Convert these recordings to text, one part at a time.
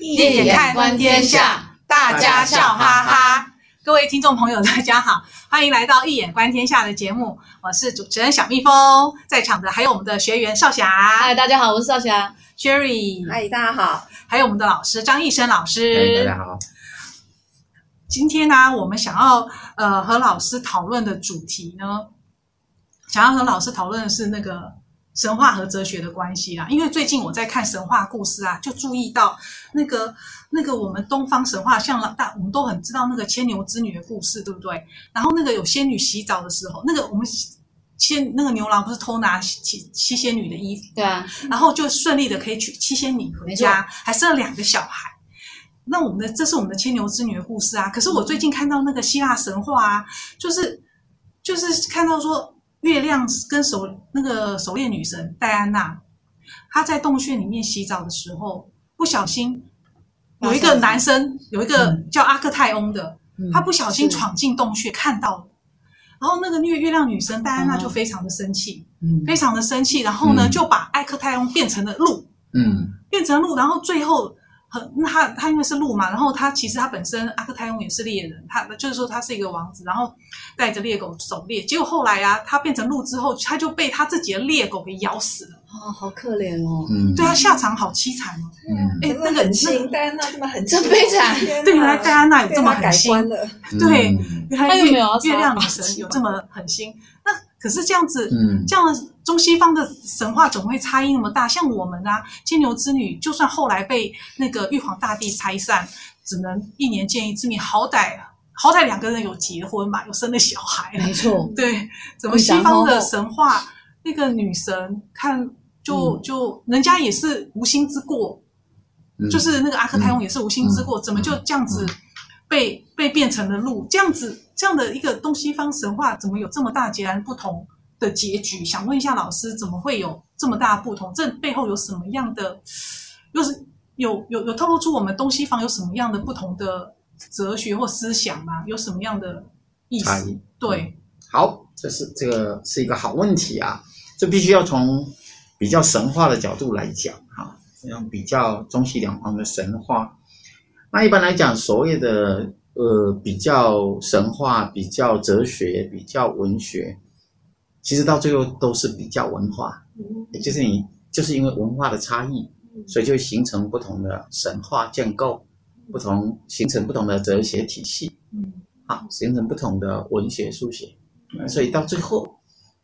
一眼看观天下，大家笑哈哈。各位听众朋友，大家好，欢迎来到《一眼观天下》的节目，我是主持人小蜜蜂，在场的还有我们的学员少霞、嗨，大家好，我是少霞。 Sherry，嗨，大家好。还有我们的老师张义生老哎，师。大家好，今天呢、我们想要呃和老师讨论的主题呢，想要和老师讨论的是那个神话和哲学的关系啦。因为最近我在看神话故事啊，就注意到那个那个我们东方神话，像大我们都很知道那个牵牛织女的故事，对不对？然后那个有仙女洗澡的时候，那个我们仙那个牛郎不是偷拿七七仙女的衣服，对啊，然后就顺利的可以娶七仙女回家，还生了两个小孩。那我们的这是我们的牵牛织女的故事啊。可是我最近看到那个希腊神话啊，就是就是看到说月亮跟手那个狩猎女神戴安娜，她在洞穴里面洗澡的时候，不小心有一个男生，有一个叫阿克泰翁的，他不小心嗯是闯进洞穴看到了，然后那个月月亮女神戴安娜就嗯非常的生气，嗯，非常的生气，然后呢，嗯就把艾克泰翁变成了鹿，嗯变成鹿，然后最后很那他他因为是鹿嘛，然后他其实他本身艾克泰翁也是猎人，他就是说他是一个王子，然后带着猎狗狩猎，结果后来啊，他变成鹿之后，他就被他自己的猎狗给咬死了，哦，好可怜哦，嗯，对他下场好凄惨哦，嗯，哎，那个狠那心，戴安娜这么狠心，真悲惨天哪对原来戴安娜有这么被他狠改心，观了，嗯，对嗯，原来他有月没有要杀月亮女八神戒有这么狠心，那可是这样子，嗯，这样中西方的神话总会差异那么大，像我们啊，牵牛织女，就算后来被那个玉皇大帝拆散，只能一年见一次面，好歹好歹两个人有结婚嘛，有生了小孩 啊没错，对，怎么西方的神话那个女神看就就人家也是无心之过，嗯就是那个阿克泰翁也是无心之过，怎么就这样子被、被变成了鹿？这样子这样的一个东西方神话，怎么有这么大截然不同的结局？想问一下老师，怎么会有这么大的不同？这背后有什么样的？又是有有有透露出我们东西方有什么样的不同的哲学或思想吗？有什么样的意差思异？对，嗯好，这是这个是一个好问题啊，这必须要从比较神话的角度来讲哈，用比较中西两方的神话。那一般来讲，所谓的呃比较神话、比较哲学、比较文学，其实到最后都是比较文化，也就是你就是因为文化的差异，所以就形成不同的神话建构，不同形成不同的哲学体系。嗯啊，形成不同的文学书写，呃所以到最后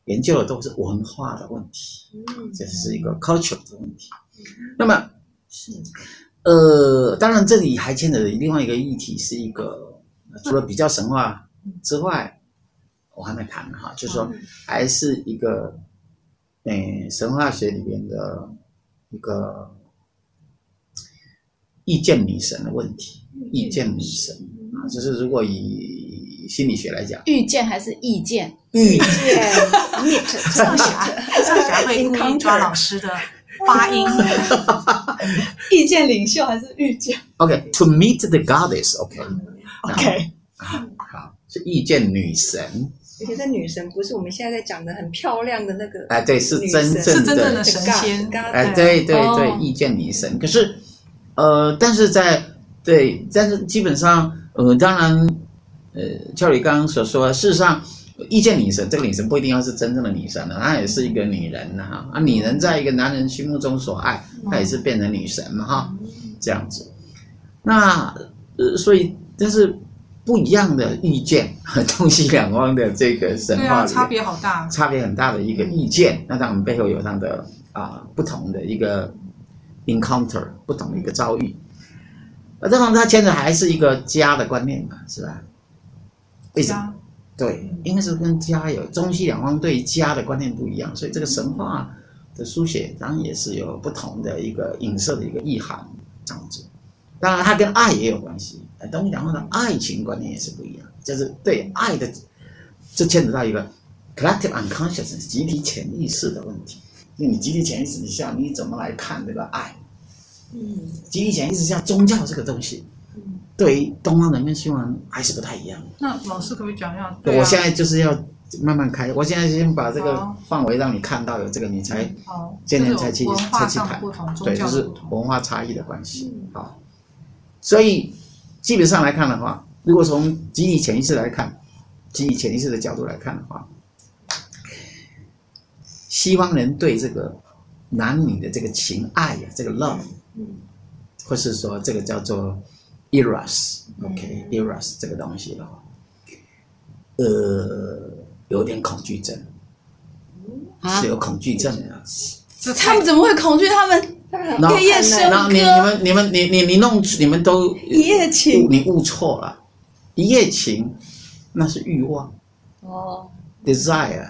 研究的都是文化的问题，嗯，这是一个 culture 的问题。那么，呃，当然这里还牵扯另外一个议题，是一个除了比较神话之外，我还没谈哈，就是说还是一个，诶、神话学里边的一个意见女神的问题，意见女神。啊，嗯就是如果以心理学来讲，遇见还是意见？嗯遇见 meet 少侠少侠会故意抓老师的发 音，意见领袖还是遇见 OK to meet the goddess，OK，、啊？OK，好，是遇见女神，而且这女神不是我们现在在讲的很漂亮的那个，哎、对，是女真是正的，神真正的神仙。刚哎、刚对对哦对，遇见女神。可是，呃，但是在对，但是基本上，呃，当然，呃，俏宇刚刚所说，事实上，遇见女神这个女神不一定要是真正的女神了、她也是一个女人呐、哈啊，女人在一个男人心目中所爱，嗯她也是变成女神嘛哈，这样子。那呃，所以但是不一样的意见 和东西两方的这个神对话啊，里差别好大。差别很大的一个意见，那当然背后有它的啊、不同的一个 encounter，不同的一个遭遇。那当然，它牵扯还是一个家的观念嘛，是吧？为什么？啊对，应该是跟家有中西两方对家的观念不一样，所以这个神话的书写当然也是有不同的一个影射的一个意涵这样子。当然，它跟爱也有关系，呃东西两方的爱情观念也是不一样，就是对爱的，这牵扯到一个 collective unconsciousness 集体潜意识的问题。就你集体潜意识底下，你怎么来看这个爱？嗯，集体潜意识下，宗教这个东西嗯，对于东方人跟西方人还是不太一样的。那老师可不可以讲一下？对啊我现在就是要慢慢开，我现在先把这个好范围让你看到有这个，你才好，今这天有才去哦文才化去上的谈不同，宗嗯对，教就的是不同。文化差异的关系。好，所以基本上来看的话，如果从集体潜意识来看，集体潜意识的角度来看的话，西方人对这个男女的这个情爱呀、这个 love，嗯或是说这个叫做嗯 eros，OK，eros、这个东西的话，呃，有点恐惧症，啊是有恐惧症的。这他太们怎么会恐惧？他们但很然后夜夜深深然后你你们你们你你你弄你们都一夜情你误错了，一夜情那是欲望哦， desire，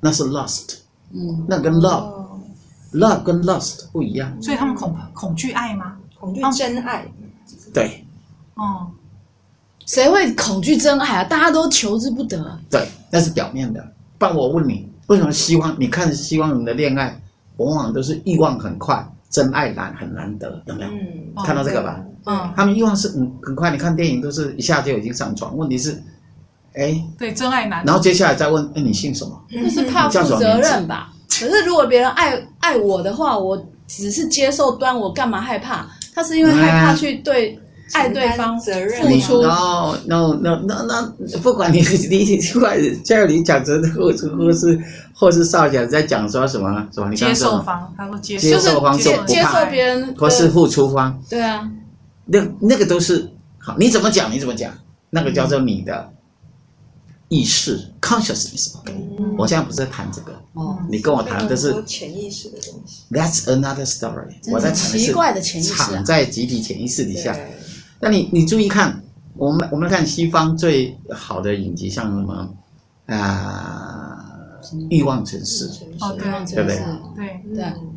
那是 lust，嗯，那跟 love、love 跟 lust 不一样。所以他们恐恐惧爱吗？恐惧真爱，对哦、谁会恐惧真爱啊？大家都求之不得，对，那是表面的。不然我问你，为什么西方你看西方人的恋爱，往往都是欲望很快，真爱难很难得，有没有？嗯，哦看到这个吧？嗯，他们欲望是很很快，你看电影都是一下就已经上床。问题是，哎，对，真爱难。然后接下来再问，哎，你姓什么？对，那是怕负责任吧？嗯可是如果别人爱爱我的话，我只是接受端，我干嘛害怕？他是因为害怕去对爱对方承担责任付你哦出， no no no no no，不管你你不管教你讲成或是或是或是少讲在讲说什么什么，你刚接刚说什受么方，他说接接就受是受方接就不接怕受别人的，或是付出方，对啊，那那个都是好，你怎么讲你怎么讲，那个叫做你的意识 consciousness。OK，嗯我现在不是在谈这个，哦，你跟我谈的是很多潜意识的东西， that's another story，真我在的谈奇的是怪的潜意识啊藏，在集体潜意识底下。对那你你注意看，我们我们看西方最好的影集，像什么啊、什么欲望城市》，哦对望对不对城市对啊嗯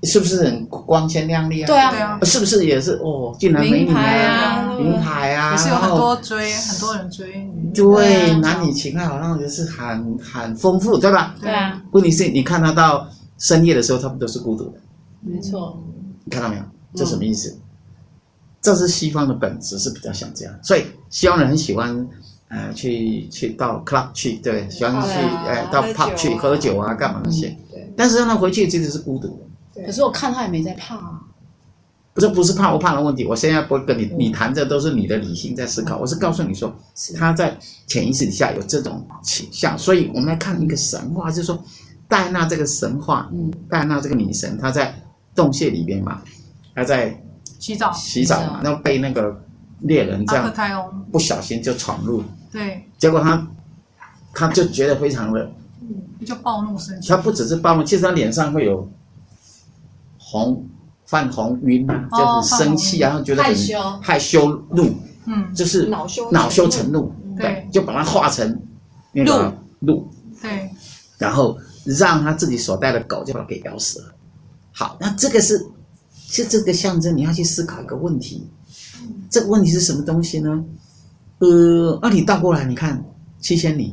对是不是很光鲜亮丽啊？对啊对啊，是不是也是哦？俊男美名女牌啊，啊，名牌啊，也是有然很后多追，很多人追女对对啊男女情爱好像就是很很丰富，对吧？对啊，问题是，你看他到深夜的时候，他们都是孤独的，没错，你看到没有？这什么意思？这是西方的本质是比较像这样，所以西方人很喜欢，呃，去去到 club 去，对不对，喜欢去，对啊呃，到喝 pub 酒去啊喝酒啊，干嘛那些。对但是让他回去其实是孤独的，可是我看他也没在怕啊，这不是怕不怕的问题。我现在不会跟你你谈，这都是你的理性在思考，我是告诉你说，他在潜意识底下有这种倾向。所以我们来看一个神话，就是说戴安娜这个神话，嗯，戴安娜这个女神，她在洞穴里边嘛，她在洗澡，洗澡嘛，那被那个猎人这阿克样泰翁，不小心就闯入，对，结果他他就觉得非常的，就暴怒生气他，不只是暴怒，其实他脸上会有红泛红晕啊，哦就是生气啊，然后觉得很害羞害羞怒，嗯，就是恼羞恼羞成怒，对就把它化成那个怒，对，然后让他自己所带的狗就把它给咬死了。好，那这个是，这这个象征，你要去思考一个问题，这个问题是什么东西呢？呃，那你倒过来，你看七仙女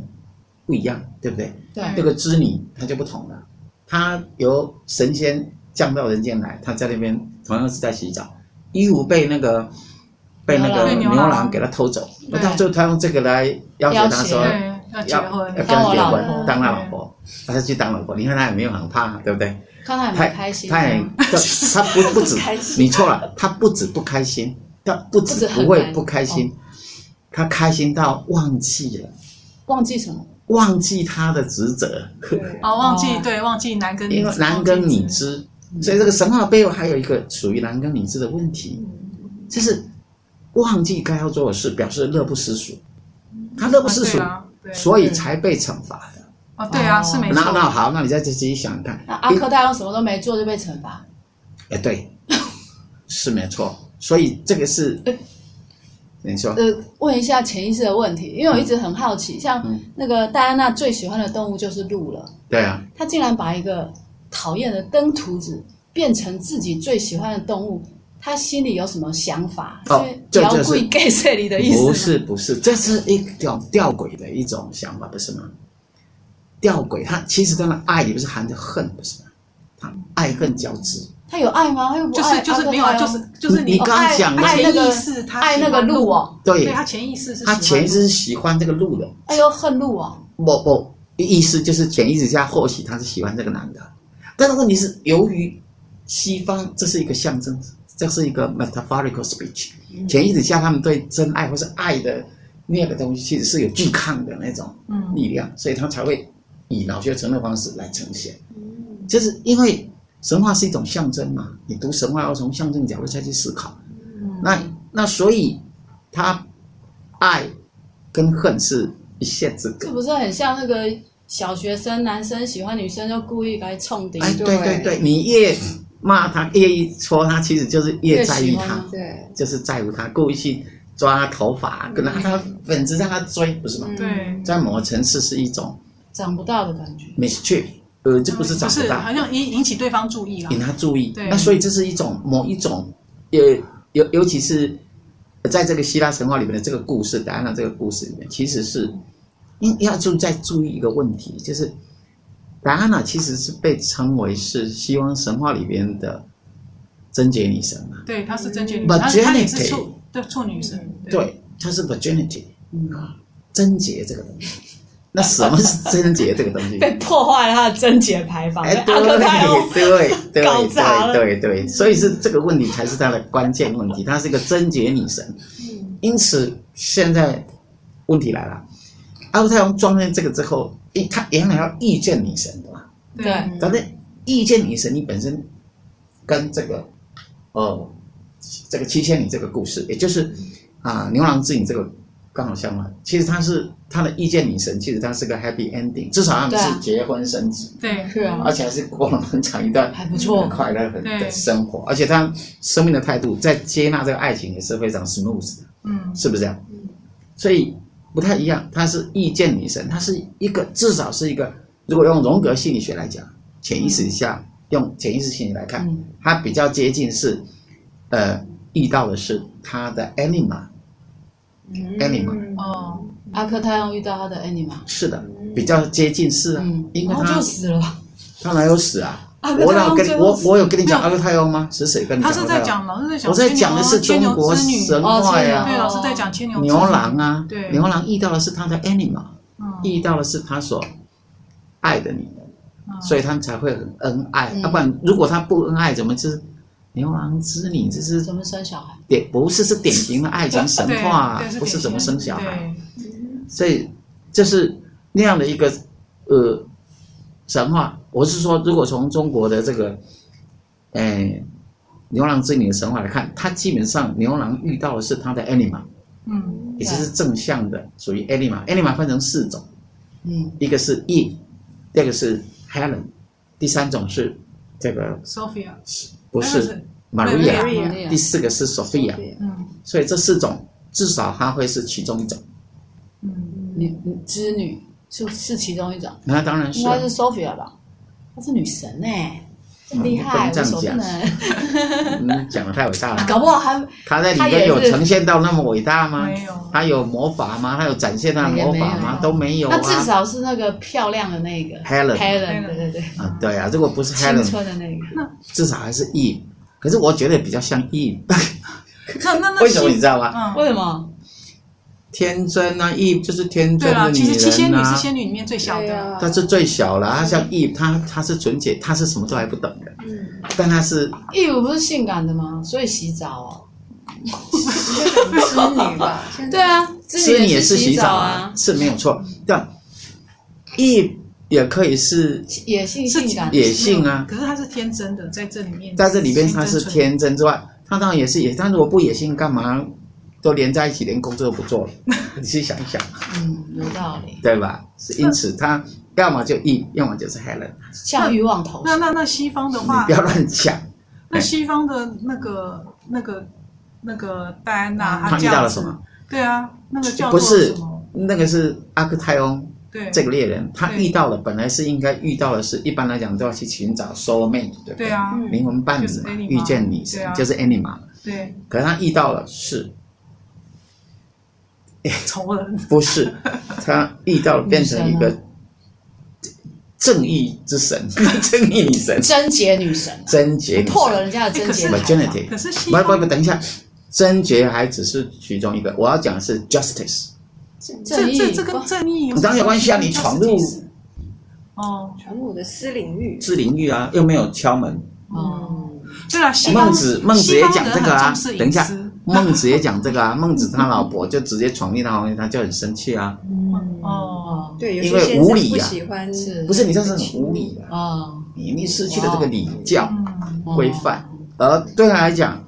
不一样，对不对？对那个织女她就不同了，她由神仙降到人间来，她在那边同样是在洗澡，衣服被那个被那个被牛牛郎郎给她偷走，那对到最后她用这个来要挟要她挟说，对，要结婚呃要要跟，当他我结老婚，婆当他老婆，他就去当老婆。你看他也没有很怕，对不对？看他也他蛮开心的，啊他也他他不不止不开，心你错了，他不止不开心，他不不止止不很会难不开心，他开心到忘记了，忘记什么？忘记他的职责，对哦，忘记哦对，忘记男跟女因为之，男耕女忘记织，所以这个神话背后还有一个属于男耕女织的问题，就是忘记该要做的事，表示乐不思蜀，他乐不思蜀啊对，啊，对，所以才被惩罚的。哦，对啊，哦是没那那错，好，那你再自己想想看。那啊阿科大用什么都没做就被惩罚，哎，对，是没错。所以这个是，你说呃，问一下潜意识的问题，因为我一直很好奇，像那个戴安娜最喜欢的动物就是鹿了，对啊，她竟然把一个讨厌的登徒子变成自己最喜欢的动物，她心里有什么想法？哦这摇就是贵 gay 这里的意思吗不是不是，这是一种吊诡的一种想法，不是吗？吊诡，它其实它的爱里不是含着恨，不是吗？它爱恨交织。她有爱吗？她又不就是爱就是阿没克有啊，大用就是就是你你哦刚爱讲的爱那潜个意识他爱那个喜欢鹿哦，对对，他潜意识是它喜欢潜意识是喜欢这个鹿的，哎呦恨鹿哦，我我意思就是潜意识下或许他是喜欢这个男的，但是问题是由于西方这是一个象征，这是一个 metaphorical speech，潜意识下他们对真爱或是爱的那个东西，其实是有拒抗的那种嗯力量，所以他才会以脑学成的方式来呈现。嗯就是因为神话是一种象征嘛，你读神话要从象征角度再去思考。那那所以，他爱跟恨是一线之隔这。不是很像那个小学生男生喜欢女生就故意来冲顶，哎，对对对对，你越骂他，越戳他，其实就是越在意越喜欢他他，对，就是在乎他，故意去抓他头发，跟他他本质让他追，不是吗？对在某个层次是一种长不大的感觉。 mischief，呃，这不是长不不是大好，像引引起对方注意啦引。他注意。对那所以这是一种某一种，呃，尤尤其是在这个希腊神话里面的这个故事，达安娜这个故事里面，其实是应要注再注意一个问题，就是达安娜其实是被称为是西方神话里边的贞洁女神啊嘛，对，她是真觉女， But 她她也是 Janet- 嗯处对处女神。对，她是 virginity 啊，贞洁这个东西。那什么是贞洁这个东 西？被破坏了他的贞洁牌坊，哎，被阿克泰哦欧对 对对搞砸了对对对，所以是这个问题才是它的关键问题，它是一个贞洁女神。嗯因此，现在问题来了，阿克泰翁撞见这个之后，诶，他原来要遇见女神的嘛，对嗯但是遇见女神你本身跟这个呃这个七仙女这个故事，也就是嗯啊、牛郎织女这个刚好相反，其实它是它的遇见女神，其实它是个 happy ending，至少他们对啊是结婚生子。对是啊，而且还是过了很长一段还不错很快乐的对的生活，而且他生命的态度在接纳这个爱情也是非常 smooth 的，嗯是不是这样？所以不太一样，她是意见女神，她是一个至少是一个，如果用荣格心理学来讲，潜意识下用潜意识心理来看嗯，它比较接近是，呃，遇到的是她的 anima，Anima 嗯哦，阿克泰欧遇到他的 anima，是的，比较接近是啊嗯，，因为然后她就死了吧，她哪有死啊？阿克我泰哪有欧跟你最后我死我有跟你讲没阿克泰翁吗？是谁跟你讲她阿克泰是在翁？讲，老师在讲，我在讲的是中国神话呀、对，老师在讲牵牛牛郎啊，对哦牛郎遇到的是他的 anima，嗯遇到的是他所爱的女人，嗯所以他们才会很恩爱。嗯要、不然如果他不恩爱，怎么是牛郎织女？这是怎么生小孩？典不是是典型的爱情神对话、啊对，不是典怎么型生小孩。对所以这是那样的一个呃神话。我是说，如果从中国的这个，哎，牛郎织女的神话来看，它基本上牛郎遇到的是他的 anima，嗯也就是正向的，属于 anima。anima 分成四种，嗯，一个是 e，第二个是 Helen，第三种是这个，Sophia 不那个是是 Maria， Maria 第四个是 Sophia。嗯所以这四种至少它会是其中一种。嗯女女织女是是其中一种，那当然应是啊该是 Sophia 吧，她是女神呢，这么厉害，无嗯不能所这不样讲能，嗯，讲的太伟大了啊。 搞不好还他在里他也面是有呈现到那么伟大吗？没有他有魔法吗？他有展现他的魔法吗？也没有都没有那啊。至少是那个漂亮的那个 Helen Helen，对对对，啊，对啊，如果不是青 Helen，春的那个，至少还是 E。可是我觉得比较像 E，那那那为什么你知道吗？嗯，为什么？天真啊，E 就是天对真啦，的其女实七仙人女是啊。仙女里面最小对的，啊，她是最小了，她像 E，她她是纯洁，她是什么都还不懂的，嗯但她是义务不是性感的吗？所以洗澡哦。织女吧，现在对，啊，织织女女也是是洗澡澡啊，，是没有错。但 E 也可以是野性性感野性啊，可是她是天真的，在这里面，在这里边他是纯天真之外，他当然也是野，但如果不野性，干嘛都连在一起，连工作都不 做了？你去想一想，嗯，有道理，对吧？是因此嗯他要么就 E，要么就是 Helen，像渔网头那那那西方的你话不，要哎乱讲。那西方的那个那个那个戴安娜，哦他这遇到样了子什么？对啊，那个叫不做是什么？那个是阿克泰翁对，这个猎人，他对遇到了，本来是应该遇到的是，一般来讲都要去寻找 soul mate，对不对对？啊，嗯灵魂伴侣就嘛，是 anima 遇见女神对啊就是 anima，对，可是他遇到了是仇人，不是，他遇到了变成一女个神正义之神， 正义女神，贞洁女神，啊贞洁女破神。了人家的贞洁哎可牌啊是坊。 virginity，可是西不不方不，等一下，贞洁还只是其中一个，我要讲的是 justice，这正义这这跟正义有什么当然有关系啊，你就是闯入哦，传入我的私领域，之领域啊，又没有敲门。哦，对啊，西方孟子孟子也讲这个西方人很啊重视，等一下隐私，孟子也讲这个啊，孟子他老婆就直接闯进他房间，他就很生气啊。嗯哦，对，有因些为先生无理不呀喜欢是不是你这是很无理啊，哦，你你失去了这个礼教嗯，哦规范，而对他来讲，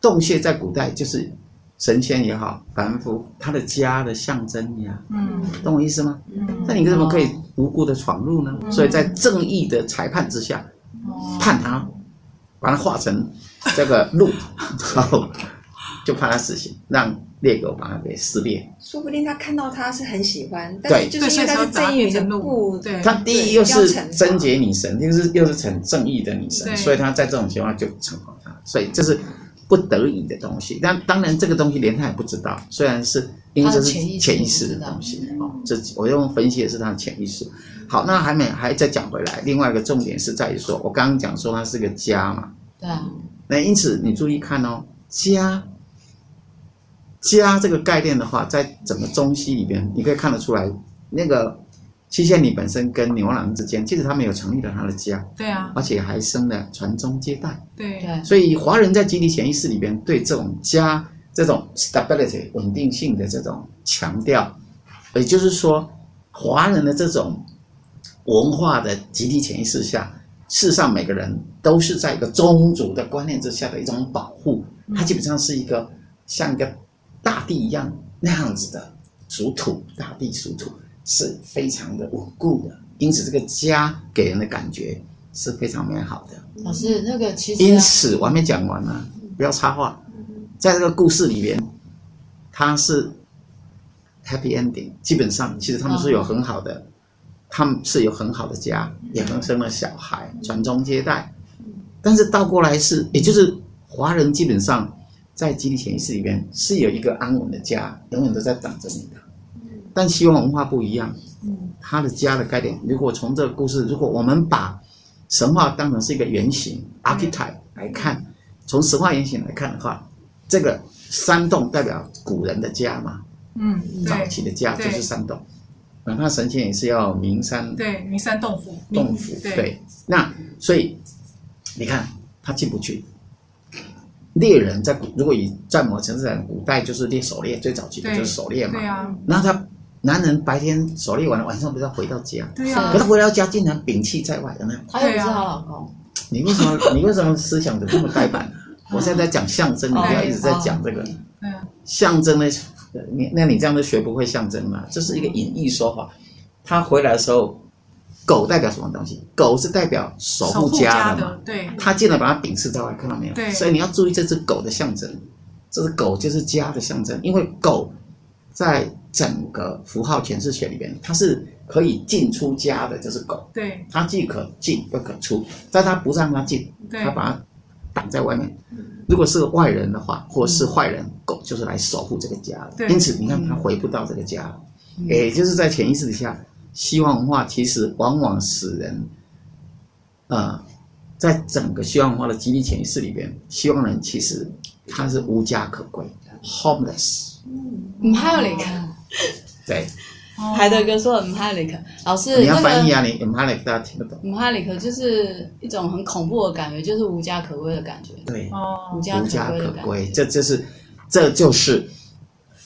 洞穴在古代就是神仙也好，凡夫他的家的象征呀，嗯懂我意思吗？嗯那你怎么可以无故的闯入呢？所以在正义的裁判之下，判他，把他化成这个鹿， 然后就判他死刑，让猎狗把它给撕裂。说不定他看到他是很喜欢，但是就是因为他是正义的不，对他第一又是贞洁女神，又是又是很正义的女神，对所以他在这种情况就惩罚他，所以这是不得已的东西。但当然这个东西连他也不知道，虽然是因为这是他的潜意识潜意识的东西哦，这我用分析的是他的潜意识。好，那还没还再讲回来，另外一个重点是在于说，我刚刚讲说它是个家嘛，对啊，那因此你注意看哦，家，家这个概念的话，在整个中西里边，你可以看得出来，那个七仙女本身跟牛郎之间，其实他们有成立了他的家，对啊，而且还生了传宗接代。对对，啊所以华人在集体潜意识里边对这种家这种 stability 稳定性的这种强调，也就是说，华人的这种文化的集体潜意识下，事实上每个人都是在一个宗族的观念之下的一种保护，它基本上是一个像一个大地一样那样子的属土，大地属土是非常的稳固的，因此这个家给人的感觉是非常美好的。老师那个其实因啊此，我还没讲完呢、不要插话。在这个故事里边，它是 happy ending，基本上其实他们是有很好的，他们是有很好的家，也很生了小孩，传宗接代。但是倒过来是，也就是华人基本上在集体潜意识里边是有一个安稳的家，永远都在等着你的。但西方文化不一样，他的家的概念，如果从这个故事，如果我们把神话当成是一个原型 archetype 嗯来看，从神话原型来看的话，这个山洞代表古人的家嘛，嗯早对期的家就对是山洞，哪怕神仙也是要名山对，名山洞府，洞府，对对，那所以你看他进不去。猎人在古，如果以在某城市来讲，古代就是猎狩猎，最早期的就是狩猎嘛对。啊，然后他男人白天狩猎完了，晚上不是要回到家？对啊可，他回到家竟然摒弃在外，有没有？她又不是她老公，你为什么你为什么思想怎么这么呆板？我现在在讲象征，你哦不要一直在讲这个对啊，象征呢？你那你这样都学不会象征嘛？这是一个隐喻说法。他回来的时候，狗代表什么东西？狗是代表守守护护家家的嘛。对他竟然把它摒视在外，看到没有？对所以你要注意这只狗的象征。这只狗就是家的象征，因为狗在整个符号诠释学里面，它是可以进出家的，这只狗。对它既可进不可出，但他不让他进，对他把它挡在外面。如果是个外人的话，或是坏人，狗就是来守护这个家的。对因此，你看他回不到这个家，也就是在潜意识底下，西方文化其实往往使人，呃，在整个西方文化的集体潜意识里边，西方人其实他是无家可归，homeless。唔哈里克，对，哦海德格说的唔哈里克，老师你要那翻译个啊，你马来大家听得懂？唔哈里克就是一种很恐怖的感觉，就是无家可归的感觉，对，哦无家无家归可的感觉，归，这就是，这就是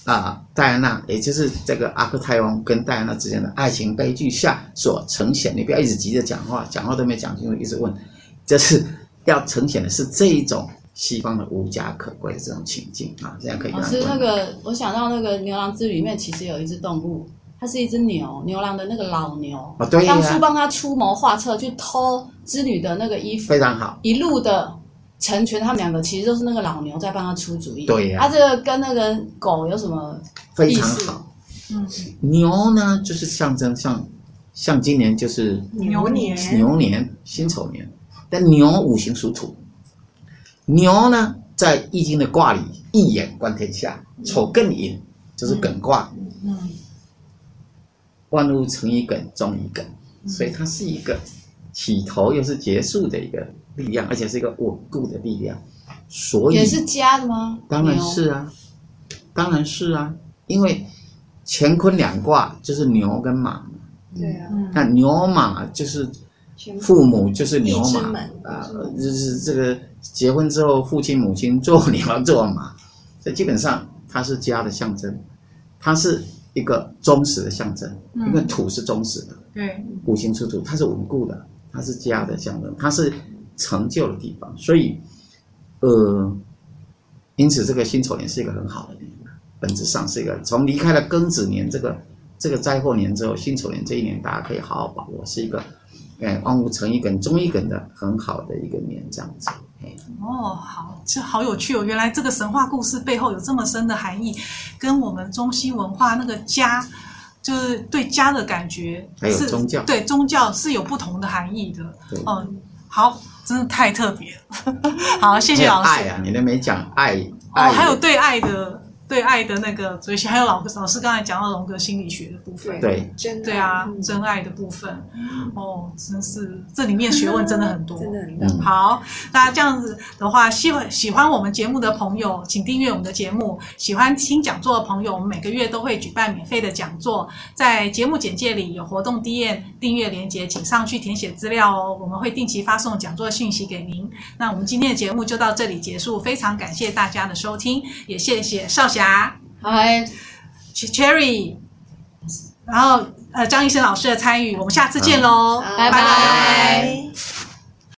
啊、戴安娜，也就是这个阿克泰翁跟戴安娜之间的爱情悲剧下所呈现。你不要一直急着讲话，讲话都没讲清楚，一直问，这是要呈现的是这一种西方的无家可归的这种情境啊，这样可以老让师你哦那个我想到那个牛郎织女里面其实有一只动物。它是一只牛，牛郎的那个老牛，哦对呀当初帮他出谋划策去偷织女的那个衣服，非常好，一路的成全他们两个，其实都是那个老牛在帮他出主意。对呀他、这个跟那个狗有什么？非常意思好。嗯牛呢，就是象征像，像今年就是牛年牛年、辛丑年，但牛五行属土，牛呢在《易经》的卦里一眼观天下，丑艮寅就是艮卦，嗯万物成以艮，终以艮，嗯所以它是一个起头又是结束的一个力量，而且是一个稳固的力量，所以也是家的吗？当然牛是啊，当然是啊，因为乾坤两卦就是牛跟马，对啊，嗯那牛马就是全部父母就是牛一只马马啊，就是这个结婚之后，父亲母亲做牛做马，所以基本上它是家的象征，它是一个忠实的象征，嗯因为土是忠实的，对，五行出土，它是稳固的，它是家的象征，它是成就的地方，所以，呃，因此这个辛丑年是一个很好的年，啊本质上是一个从离开了庚子年这个这个灾祸年之后，辛丑年这一年大家可以好好把握，是一个，哎，万物成一梗、中一梗的很好的一个年，这样子，哎，哦，好，这好有趣哦！原来这个神话故事背后有这么深的含义，跟我们中西文化那个家，就是对家的感觉是，还有宗教对宗教是有不同的含义的对。嗯，好，真的太特别了。 好，谢谢老还师有爱。啊，你都没讲爱，哦，爱还有的对爱的对爱的那个追求，还有老老师刚才讲到荣格心理学的部分。对，真的对啊，嗯真爱的部分，哦，真是这里面学问真的很多，真的很大。嗯。好，那这样子的话，喜欢喜欢我们节目的朋友，请订阅我们的节目；喜欢听讲座的朋友，我们每个月都会举办免费的讲座，在节目简介里有活动 D N 订阅连接，请上去填写资料哦。我们会定期发送讲座讯息给您。那我们今天的节目就到这里结束，非常感谢大家的收听，也谢谢少侠、嗨， Cherry，然后呃张医生老师的参与，我们下次见喽，好拜拜拜。